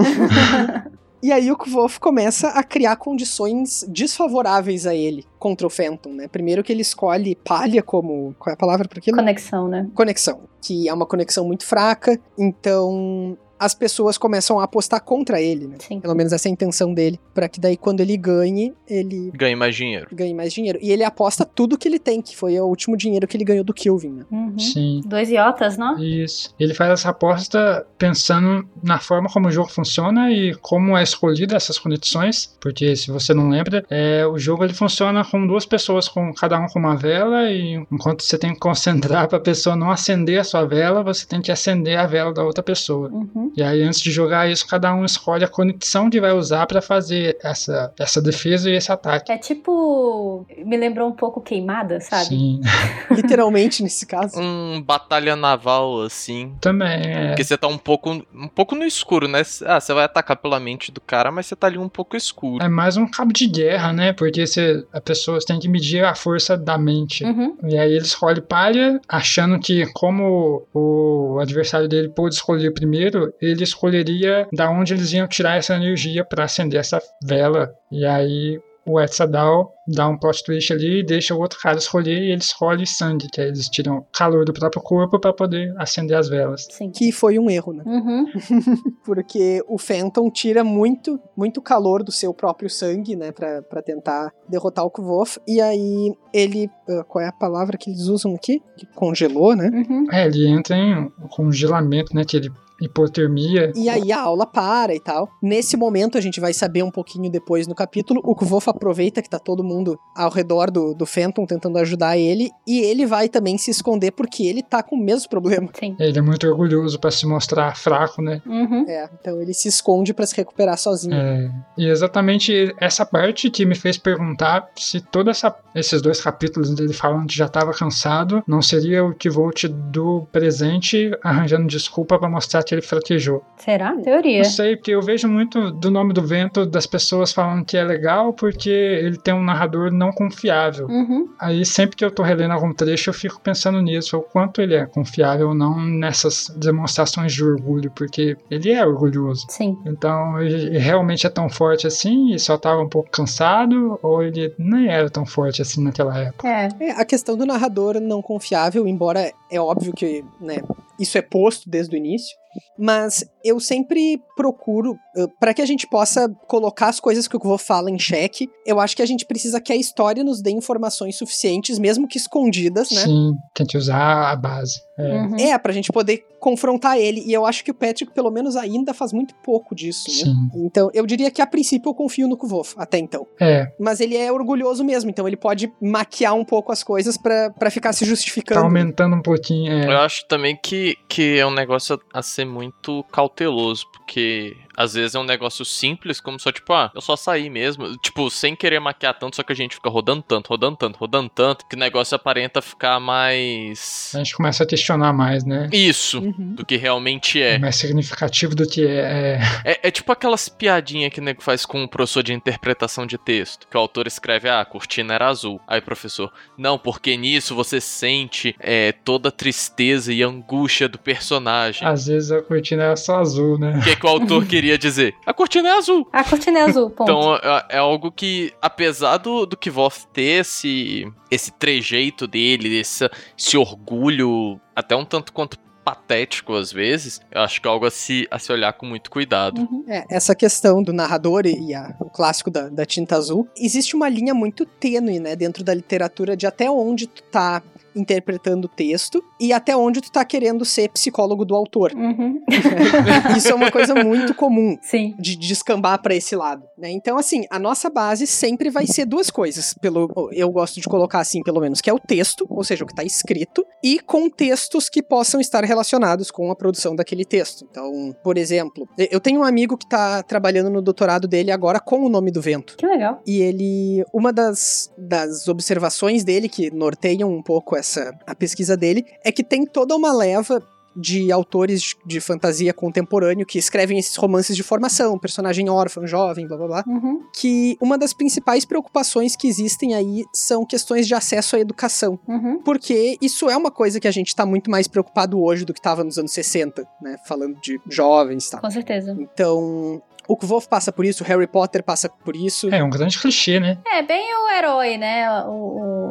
B: E aí o Kvolf começa a criar condições desfavoráveis a ele contra o Phantom, né? Primeiro que ele escolhe palha como. Qual é a palavra para aquilo?
D: Conexão, né?
B: Conexão. Que é uma conexão muito fraca, então as pessoas começam a apostar contra ele, né?
D: Sim.
B: Pelo menos essa é a intenção dele, pra que daí quando ele ganhe, ele
A: Ganha mais dinheiro.
B: ganhe mais dinheiro. E ele aposta tudo que ele tem, que foi o último dinheiro que ele ganhou do Kilvin, né?
D: Uhum.
C: Sim.
D: Dois iotas, não?
C: Isso. Ele faz essa aposta pensando na forma como o jogo funciona e como é escolhida essas conexões, porque se você não lembra, é, o jogo ele funciona com duas pessoas, com cada um com uma vela e enquanto você tem que concentrar para a pessoa não acender a sua vela, você tem que acender a vela da outra pessoa.
D: Uhum.
C: E aí antes de jogar isso, cada um escolhe a conexão que vai usar para fazer essa, essa defesa e esse ataque.
D: É tipo. Me lembrou um pouco queimada, sabe?
C: Sim,
B: Literalmente nesse caso.
A: Um batalha naval, assim.
C: também é.
A: Porque você tá um pouco, um pouco no escuro, né? Ah, você vai atacar pela mente do cara, mas você tá ali um pouco escuro.
C: É mais um cabo de guerra, né? Porque você, a pessoa tem que medir a força da mente.
D: Uhum.
C: E aí ele escolhe palha, achando que como o adversário dele pôde escolher primeiro, ele escolheria da onde eles iam tirar essa energia para acender essa vela. E aí o Etsadal dá um plot twist ali e deixa o outro cara escolher e ele escolhe sangue, que aí eles tiram calor do próprio corpo para poder acender as velas.
D: Sim.
B: Que foi um erro, né?
D: Uhum.
B: porque o Phantom tira muito, muito calor do seu próprio sangue, né, Pra pra tentar derrotar o Kvof, e aí ele, ah, qual é a palavra que eles usam aqui? Que congelou, né?
D: Uhum.
C: É, ele entra em um congelamento, né, que ele hipotermia.
B: E aí a aula para e tal. Nesse momento, a gente vai saber um pouquinho depois no capítulo. O Kvof aproveita que tá todo mundo ao redor do, do Fenton tentando ajudar ele. E ele vai também se esconder porque ele tá com o mesmo problema.
D: Sim.
C: Ele é muito orgulhoso pra se mostrar fraco, né?
D: Uhum.
B: É, então ele se esconde pra se recuperar sozinho.
C: É, e exatamente essa parte que me fez perguntar se todos esses dois capítulos dele falando que já estava cansado não seria o Tivolt do presente arranjando desculpa para mostrar que ele fraquejou.
D: Será? Teoria.
C: Não sei, porque eu vejo muito do nome do vento das pessoas falando que é legal porque ele tem um narrador não confiável.
D: Uhum.
C: Aí sempre que eu tô relendo algum trecho eu fico pensando nisso, o quanto ele é confiável ou não nessas demonstrações de orgulho, porque ele é orgulhoso.
D: Sim.
C: Então, ele realmente é tão forte assim e só tava um pouco cansado, ou ele nem era tão forte assim naquela época.
D: É.
B: É, a questão do narrador não confiável, embora é óbvio que né, isso é posto desde o início, mas eu sempre procuro, para que a gente possa colocar as coisas que o Kvo fala em xeque, eu acho que a gente precisa que a história nos dê informações suficientes, mesmo que escondidas, né?
C: Sim, tente usar a base. É.
D: Uhum.
B: É, pra gente poder confrontar ele. E eu acho que o Patrick, pelo menos ainda, faz muito pouco disso, né?
C: Sim.
B: Então, eu diria que a princípio eu confio no Kvof, até então.
C: É,
B: Mas ele é orgulhoso mesmo, então ele pode maquiar um pouco as coisas pra pra ficar se
C: tá
B: justificando.
C: aumentando um pouquinho. É.
A: Eu acho também que, que é um negócio a a ser muito cauteloso, porque às vezes é um negócio simples, como só tipo, ah, eu só saí mesmo, tipo, sem querer maquiar tanto, só que a gente fica rodando tanto, rodando tanto, rodando tanto, que o negócio aparenta ficar mais.
C: A gente começa a questionar mais, né?
A: Isso
B: Uhum.
A: do que realmente é.
C: Mais significativo do que é. é.
A: É, é tipo aquelas piadinhas que o nego faz com o professor de interpretação de texto, que o autor escreve, ah, a cortina era azul. Aí o professor, não, porque nisso você sente é, toda a tristeza e angústia do personagem.
C: Às vezes a cortina é só azul, né?
A: O que, que o autor queria dizer? A cortina é azul.
D: A cortina é azul, ponto.
A: Então é, é algo que, apesar do, do Kvoth ter esse, esse trejeito dele, esse, esse orgulho, até um tanto quanto patético às vezes, eu acho que é algo a se, a se olhar com muito cuidado.
D: Uhum.
B: É, essa questão do narrador e e a- o clássico da, da tinta azul, existe uma linha muito tênue, né, dentro da literatura de até onde tu tá interpretando o texto e até onde tu tá querendo ser psicólogo do autor.
D: Uhum.
B: Isso é uma coisa muito comum
D: Sim.
B: de descambar pra esse lado, né? Então, assim, a nossa base sempre vai ser duas coisas, pelo eu gosto de colocar assim, pelo menos, que é o texto, ou seja, o que tá escrito, e contextos que possam estar relacionados com a produção daquele texto. Então, por exemplo, eu tenho um amigo que tá trabalhando no doutorado dele agora com o nome do vento.
D: Que legal.
B: E ele. Uma das, das observações dele, que norteiam um pouco essa a pesquisa dele, é que tem toda uma leva de autores de- de fantasia contemporâneo que escrevem esses romances de formação, personagem órfão, jovem, blá blá blá,
D: Uhum.
B: que uma das principais preocupações que existem aí são questões de acesso à educação.
D: Uhum.
B: Porque isso é uma coisa que a gente tá muito mais preocupado hoje do que estava nos anos 60, né? Falando de jovens e tal.
D: Com certeza.
B: Então, o Kvolf passa por isso, o Harry Potter passa por isso.
C: É um grande clichê, né?
D: É, bem o herói, né? O.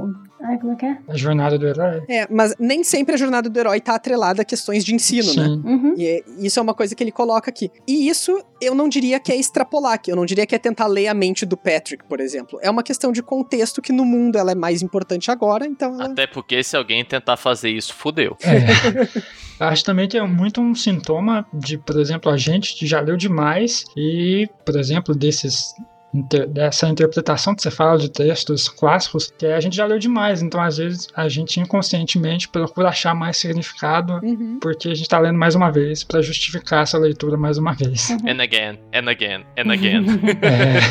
D: o... Ai, como é que é?
C: A jornada do herói.
B: É, mas nem sempre a jornada do herói tá atrelada a questões de ensino, né?
C: Sim.
D: Uhum.
B: E é- isso é uma coisa que ele coloca aqui. E isso eu não diria que é extrapolar, que eu não diria que é tentar ler a mente do Patrick, por exemplo. É uma questão de contexto que no mundo ela é mais importante agora, então ela...
A: Até porque se alguém tentar fazer isso, fudeu.
C: É. Acho também que é muito um sintoma de, por exemplo, a gente que já leu demais e, por exemplo, desses inter- dessa interpretação que você fala de textos clássicos, que a gente já leu demais, então às vezes a gente inconscientemente procura achar mais significado
B: Uhum.
C: porque a gente tá lendo mais uma vez para justificar essa leitura mais uma vez.
A: And again, and again, and again.
D: Uhum.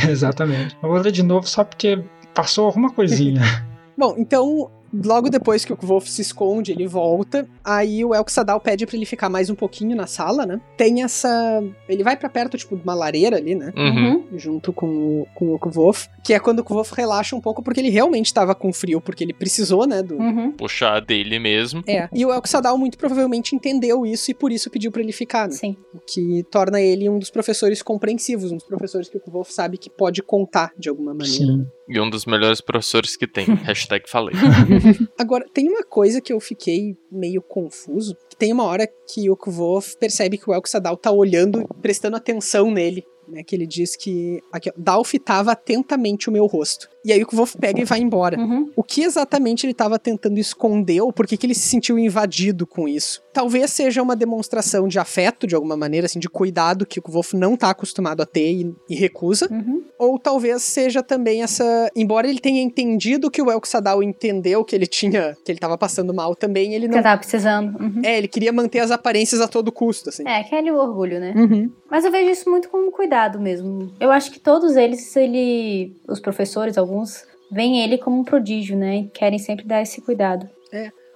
C: é, exatamente. Eu vou ler de novo só porque passou alguma coisinha.
B: Bom, então... Logo depois que o Kvolf se esconde, ele volta. Aí o Elxadal pede pra ele ficar mais um pouquinho na sala, né? Tem essa. Ele vai pra perto, tipo, de uma lareira ali, né?
A: Uhum.
B: junto com, o- com o Kvof, que é quando o Kvof relaxa um pouco, porque ele realmente tava com frio, porque ele precisou, né, do...
D: Uhum.
A: Puxar dele mesmo.
B: É, e o Elxadal muito provavelmente entendeu isso e por isso pediu pra ele ficar, né?
D: Sim.
B: O que torna ele um dos professores compreensivos, um dos professores que o Kvof sabe que pode contar de alguma maneira.
C: Sim.
A: E um dos melhores professores que tem. Hashtag falei.
B: Agora, tem uma coisa que eu fiquei meio confuso, que tem uma hora que o Kvof percebe que o Elxadal tá olhando, prestando atenção nele. né, que ele diz que aqui, ó, Dal fitava atentamente o meu rosto. E aí o Kvolf pega e vai embora.
D: Uhum.
B: O que exatamente ele estava tentando esconder ou por que que ele se sentiu invadido com isso? Talvez seja uma demonstração de afeto, de alguma maneira, assim, de cuidado que o Kvolf não está acostumado a ter e, e recusa.
D: Uhum.
B: Ou talvez seja também essa. Embora ele tenha entendido que o Elk Sadal entendeu que ele tinha. que ele tava passando mal também, ele
D: Que eu
B: não.
D: tava precisando. Uhum.
B: É, ele queria manter as aparências a todo custo, assim.
D: É, aquele orgulho, né?
B: Uhum.
D: Mas eu vejo isso muito como um cuidado mesmo. Eu acho que todos eles, ele, os professores, alguns, veem ele como um prodígio, né? E querem sempre dar esse cuidado.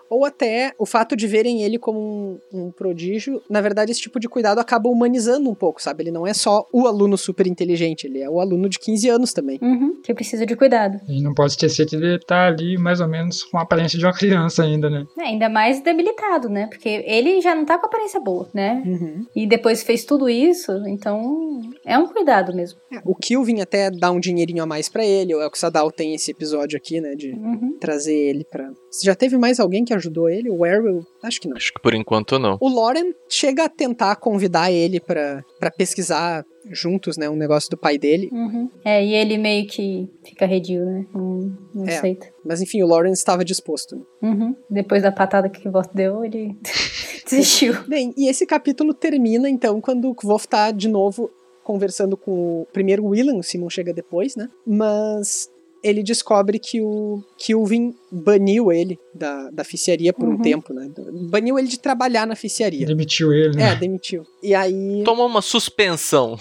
B: Ou até o fato de verem ele como um, um prodígio, na verdade, esse tipo de cuidado acaba humanizando um pouco, sabe? Ele não é só o aluno super inteligente, ele é o aluno de 15 anos também.
D: Uhum. Que precisa de cuidado.
C: E não pode esquecer que ele tá ali mais ou menos com a aparência de uma criança ainda, né?
D: É, ainda mais debilitado, né? Porque ele já não tá com aparência boa, né?
B: Uhum.
D: E depois fez tudo isso, então é um cuidado mesmo.
B: É, o Kilvin até dá um dinheirinho a mais pra ele, o Elk Sadal tem esse episódio aqui, né, de
D: Uhum.
B: trazer ele pra... Já teve mais alguém que ajudou ele? O Errol? Acho que não.
A: Acho que por enquanto não.
B: O Lauren chega a tentar convidar ele pra pra pesquisar juntos, né, um negócio do pai dele.
D: Uhum. É, e ele meio que fica redio, né? Não, não
B: É.
D: aceita.
B: Mas enfim, o Lauren estava disposto.
D: Uhum. Depois da patada que o voto deu, ele desistiu.
B: Bem, e esse capítulo termina então quando o Kvof tá de novo conversando com o primeiro o Willan, o Simon chega depois, né? Mas ele descobre que o Kilvin baniu ele da, da ficiaria por um
D: Uhum.
B: tempo, né? Baniu ele de trabalhar na ficiaria.
C: Demitiu ele, né?
B: É, demitiu. E aí,
A: Tomou uma suspensão.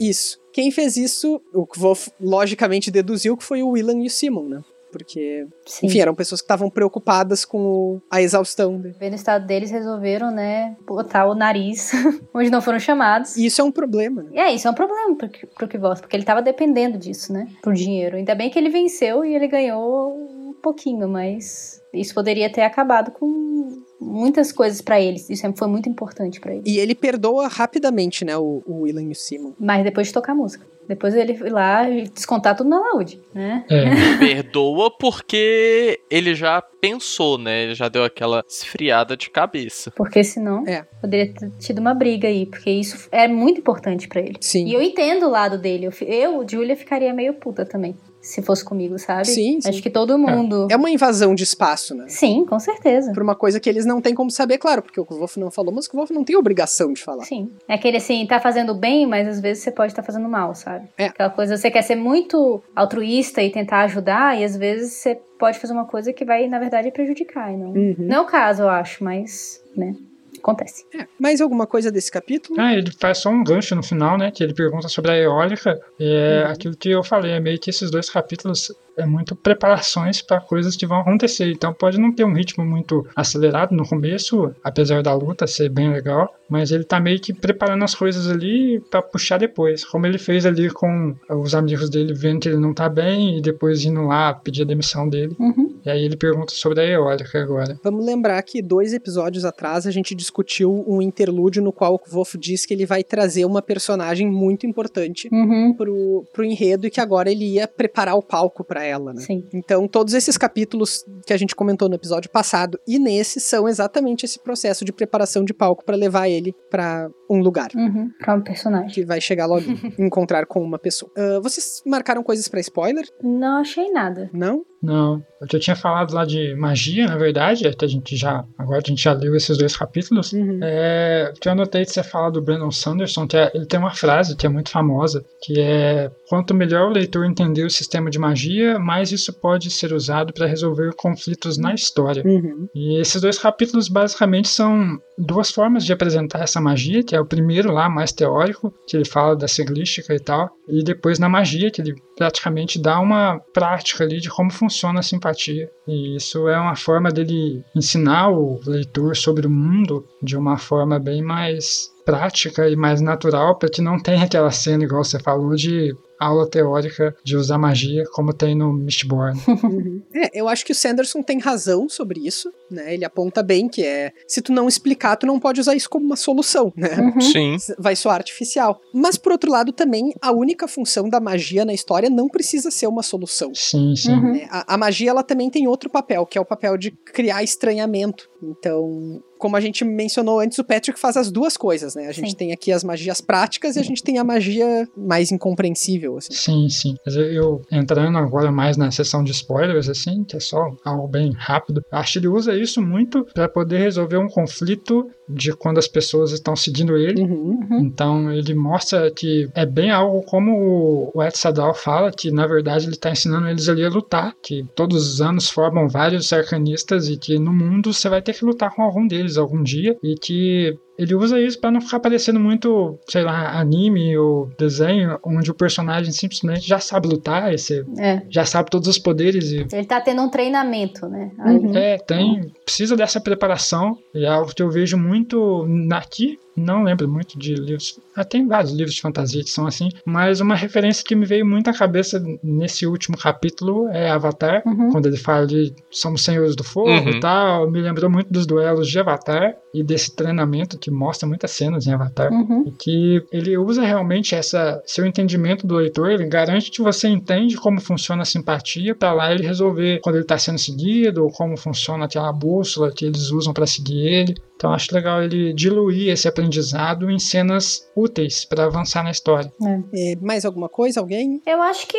B: isso. Quem fez isso, o Kvof logicamente deduziu que foi o Willan e o Simon, né? Porque,
D: Sim.
B: enfim, eram pessoas que estavam preocupadas com o- a exaustão dele.
D: Vendo o estado deles, resolveram, né, botar o nariz onde não foram chamados.
B: E isso é um problema, né?
D: E é, isso é um problema pro, pro Kvoth, porque ele tava dependendo disso, né? Pro dinheiro. Ainda bem que ele venceu e ele ganhou um pouquinho, mas isso poderia ter acabado com muitas coisas pra ele. Isso é- foi muito importante pra ele.
B: E ele perdoa rapidamente, né, o, o Willan e o Simon.
D: Mas depois de tocar música. Depois ele foi lá e descontar tudo na Laude, né?
C: É.
A: Perdoa porque ele já pensou, né? Ele já deu aquela esfriada de cabeça.
D: Porque senão
B: É.
D: poderia ter tido uma briga aí, porque isso é muito importante pra ele.
B: Sim.
D: E eu entendo o lado dele. Eu, fi- eu Julia, ficaria meio puta também. Se fosse comigo, sabe?
B: Sim, sim.
D: Acho que todo mundo.
B: É uma invasão de espaço, né?
D: Sim, com certeza.
B: Por uma coisa que eles não têm como saber, claro, porque o Wolf não falou, mas o Wolf não tem obrigação de falar.
D: Sim. É aquele assim, tá fazendo bem, mas às vezes você pode estar fazendo mal, sabe?
B: É.
D: Aquela coisa, você quer ser muito altruísta e tentar ajudar, e às vezes você pode fazer uma coisa que vai, na verdade, prejudicar. E não...
B: Uhum.
D: não é o caso, eu acho, mas, né? Acontece.
B: É. Mais alguma coisa desse capítulo?
C: Ah, ele faz só um gancho no final, né? Que ele pergunta sobre a eólica. E é aquilo que eu falei, é meio que esses dois capítulos é muito preparações para coisas que vão acontecer. Então pode não ter um ritmo muito acelerado no começo, apesar da luta ser bem legal, mas ele tá meio que preparando as coisas ali para puxar depois. Como ele fez ali com os amigos dele vendo que ele não tá bem e depois indo lá pedir a demissão dele.
D: Uhum.
C: E aí ele pergunta sobre a eólica agora.
B: Vamos lembrar que dois episódios atrás a gente discutiu um interlúdio no qual o Wolf diz que ele vai trazer uma personagem muito importante
D: Uhum.
B: pro, pro enredo e que agora ele ia preparar o palco pra ela, né?
D: Sim.
B: Então, todos esses capítulos que a gente comentou no episódio passado e nesse são exatamente esse processo de preparação de palco pra levar ele pra um lugar.
D: Uhum. Pra um personagem.
B: que vai chegar logo encontrar com uma pessoa. Ah, vocês marcaram coisas pra spoiler?
D: Não achei nada.
B: Não?
C: Não, eu já tinha falado lá de magia, na verdade, até a gente já, agora a gente já leu esses dois capítulos.
B: Uhum.
C: É, que eu anotei que você fala do Brandon Sanderson, que é- ele tem uma frase que é muito famosa, que é quanto melhor o leitor entender o sistema de magia, mais isso pode ser usado para resolver conflitos na história.
B: Uhum.
C: E esses dois capítulos basicamente são duas formas de apresentar essa magia, que é o primeiro lá, mais teórico, que ele fala da siglística e tal, e depois na magia, que ele praticamente dá uma prática ali de como funciona a simpatia. E isso é uma forma dele ensinar o leitor sobre o mundo de uma forma bem mais prática e mais natural, para que não tenha aquela cena, igual você falou, de aula teórica de usar magia, como tem no Mistborn.
B: Uhum. É, eu acho que o Sanderson tem razão sobre isso, né? Ele aponta bem que é, se tu não explicar, tu não pode usar isso como uma solução,
C: É
B: né?
D: Uhum.
A: Sim.
B: Vai soar artificial. Mas, por outro lado, também, a única função da magia na história não precisa ser uma solução.
C: Sim, sim.
D: Uhum.
B: né? A, a magia, ela também tem outro papel, que é o papel de criar estranhamento. Então, como a gente mencionou antes, o Patrick faz as duas coisas, né? A gente
D: Sim.
B: tem aqui as magias práticas e a gente tem a magia mais incompreensível, assim.
C: Sim, sim. Mas eu- eu entrando agora mais na sessão de spoilers, assim, que é só algo bem rápido, acho que ele usa isso muito para poder resolver um conflito de quando as pessoas estão seguindo ele.
B: Uhum.
C: Então ele mostra que é bem algo como o- o Ed Sadal fala, que na verdade ele está ensinando eles ali a lutar, que todos os anos formam vários arcanistas e que no mundo você vai ter que lutar com algum deles algum dia e que ele usa isso para não ficar parecendo muito, sei lá, anime ou desenho, onde o personagem simplesmente já sabe lutar, e você
D: É.
C: já sabe todos os poderes e
D: Ele tá tendo um treinamento, né? Aí-
B: Uhum.
C: é, tem. Precisa dessa preparação. E é algo que eu vejo muito naqui. Não lembro muito de livros. Ah, tem vários livros de fantasia que são assim. Mas uma referência que me veio muito à cabeça nesse último capítulo é Avatar.
D: Uhum.
C: Quando ele fala de somos senhores do fogo
A: Uhum.
C: e tal, me lembrou muito dos duelos de Avatar e desse treinamento que mostra muitas cenas em Avatar.
D: Uhum.
C: E que ele usa realmente é essa seu entendimento do leitor, ele garante que você entende como funciona a simpatia para lá ele resolver quando ele está sendo seguido ou como funciona aquela bússola que eles usam para seguir ele. Então acho legal ele diluir esse aprendizado em cenas úteis para avançar na história.
B: É, mais alguma coisa? Alguém?
D: Eu acho que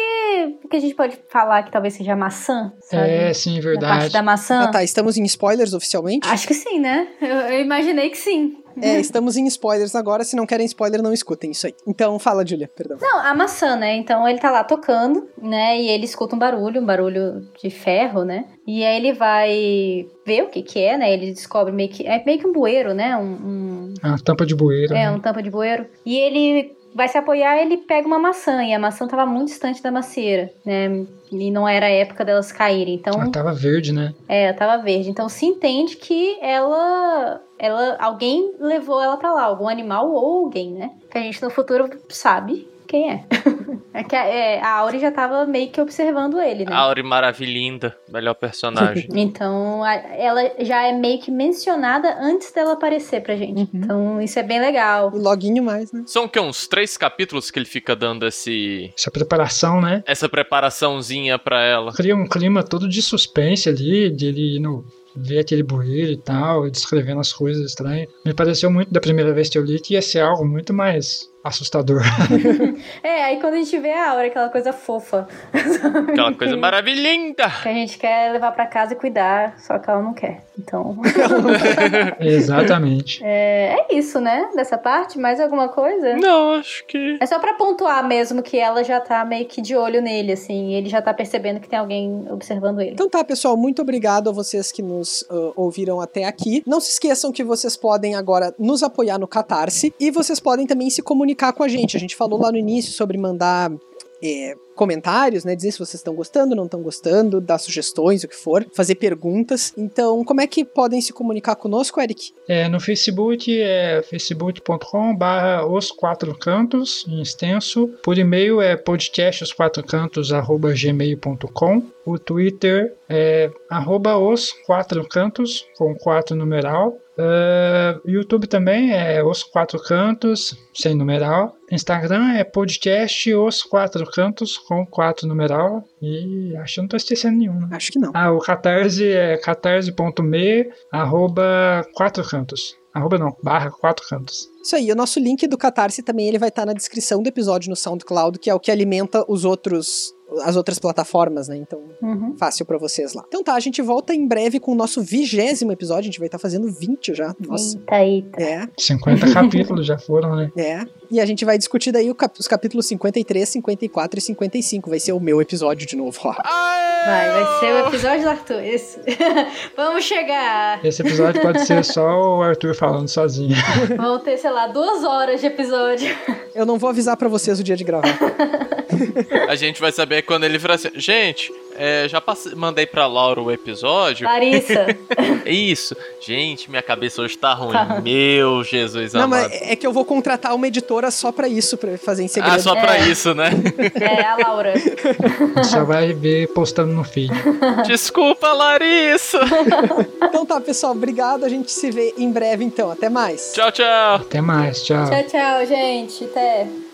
D: o que a gente pode falar que talvez seja a maçã, sabe?
C: É, sim,
D: a parte
C: verdade.
D: da maçã.
B: Ah, tá. Estamos em spoilers oficialmente?
D: Acho que sim, né? Eu, eu imaginei que sim.
B: É, estamos em spoilers agora. Se não querem spoiler, não escutem isso aí. Então fala, Julia, perdão.
D: Não, a maçã, né? Então ele tá lá tocando, né? E ele escuta um barulho, um barulho de ferro, né? E aí ele vai ver o que que é, né? Ele descobre meio que... É meio que um bueiro, né? Um- um
C: A tampa de bueira.
D: É,
C: né?
D: um tampa de bueiro. E ele vai se apoiar, ele pega uma maçã, e a maçã tava muito distante da macieira, né? E não era a época delas caírem. Então,
C: Ela tava verde, né?
D: é, tava verde. Então se entende que ela. ela alguém levou ela pra lá, algum animal ou alguém, né? Que a gente no futuro sabe quem é. é que a, é, a Auri já tava meio que observando ele, né?
A: Auri Maravilhinda, melhor personagem.
D: Então, a- ela já é meio que mencionada antes dela aparecer pra gente.
B: Uhum.
D: Então, isso é bem legal.
B: Loguinho mais, né?
A: São o quê? Uns três capítulos que ele fica dando esse,
C: Essa preparação, né?
A: essa preparaçãozinha pra ela.
C: Cria um clima todo de suspense ali, de ele ir no ver aquele bueiro e tal, e descrevendo as coisas estranhas. Me pareceu muito da primeira vez que eu li que ia ser algo muito mais assustador.
D: É, aí quando a gente vê a aura, aquela coisa fofa.
A: Aquela coisa maravilhinda!
D: Que a gente quer levar pra casa e cuidar, só que ela não quer. Então,
C: Exatamente.
D: é, é isso, né? Dessa parte, mais alguma coisa?
A: Não, acho que.
D: É só pra pontuar mesmo que ela já tá meio que de olho nele, assim. E ele já tá percebendo que tem alguém observando ele.
B: Então tá, pessoal, muito obrigado a vocês que nos ah, ouviram até aqui. Não se esqueçam que vocês podem agora nos apoiar no Catarse e vocês podem também se comunicar com a gente. A gente falou lá no início sobre mandar. eh, comentários, né? Dizer se vocês estão gostando, não estão gostando, dar sugestões, o que for, fazer perguntas. Então, como é que podem se comunicar conosco, Eric?
C: É, no Facebook é facebook.com.br os quatro cantos, em extenso. Por e-mail é podcastosquatrocantos.gmail.com. O Twitter é arroba os quatro cantos, com quatro numeral. Ah, YouTube também é os quatro cantos, sem numeral. Instagram é podcast os quatro cantos, com quatro numeral. E acho que eu não estou esquecendo nenhum, né?
B: Acho que não.
C: Ah, o catarse é catarse.me arroba quatro cantos. Arroba não, barra quatro cantos.
B: Isso aí, o nosso link do Catarse também ele vai estar na descrição do episódio no SoundCloud, que é o que alimenta os outros as outras plataformas, né? Então,
D: Uhum.
B: fácil pra vocês lá. Então tá, a gente volta em breve com o nosso vigésimo episódio, a gente vai estar fazendo 20 já. Nossa.
D: Eita, eita.
B: É,
C: 50 capítulos já foram, né?
B: é. E a gente vai discutir daí o cap- os capítulos 53, 54 e 55. Vai ser o meu episódio de novo, ó.
D: Vai, vai ser o episódio do Arthur. Esse. Vamos chegar.
C: Esse episódio pode ser só o Arthur falando sozinho.
D: Vão ter, sei lá, duas horas de episódio.
B: Eu não vou avisar pra vocês o dia de gravar.
A: A gente vai saber quando ele virar assim. Gente, é, já passe- mandei pra Laura o episódio.
D: Tá. Larissa.
A: É Isso. Gente, minha cabeça hoje tá ruim.
D: Tá ruim.
A: Meu Jesus
B: não,
A: amado.
B: mas é que eu vou contratar uma editora só pra isso, pra fazer em segredo.
A: Ah, só pra
D: É.
A: isso, né?
D: É, a Laura.
C: Só vai ver postando no feed.
A: Desculpa, Larissa.
B: Então tá, pessoal, obrigado. A gente se vê em breve então. Até mais.
A: Tchau, tchau.
C: Até mais, tchau.
D: Tchau, tchau, gente. Até.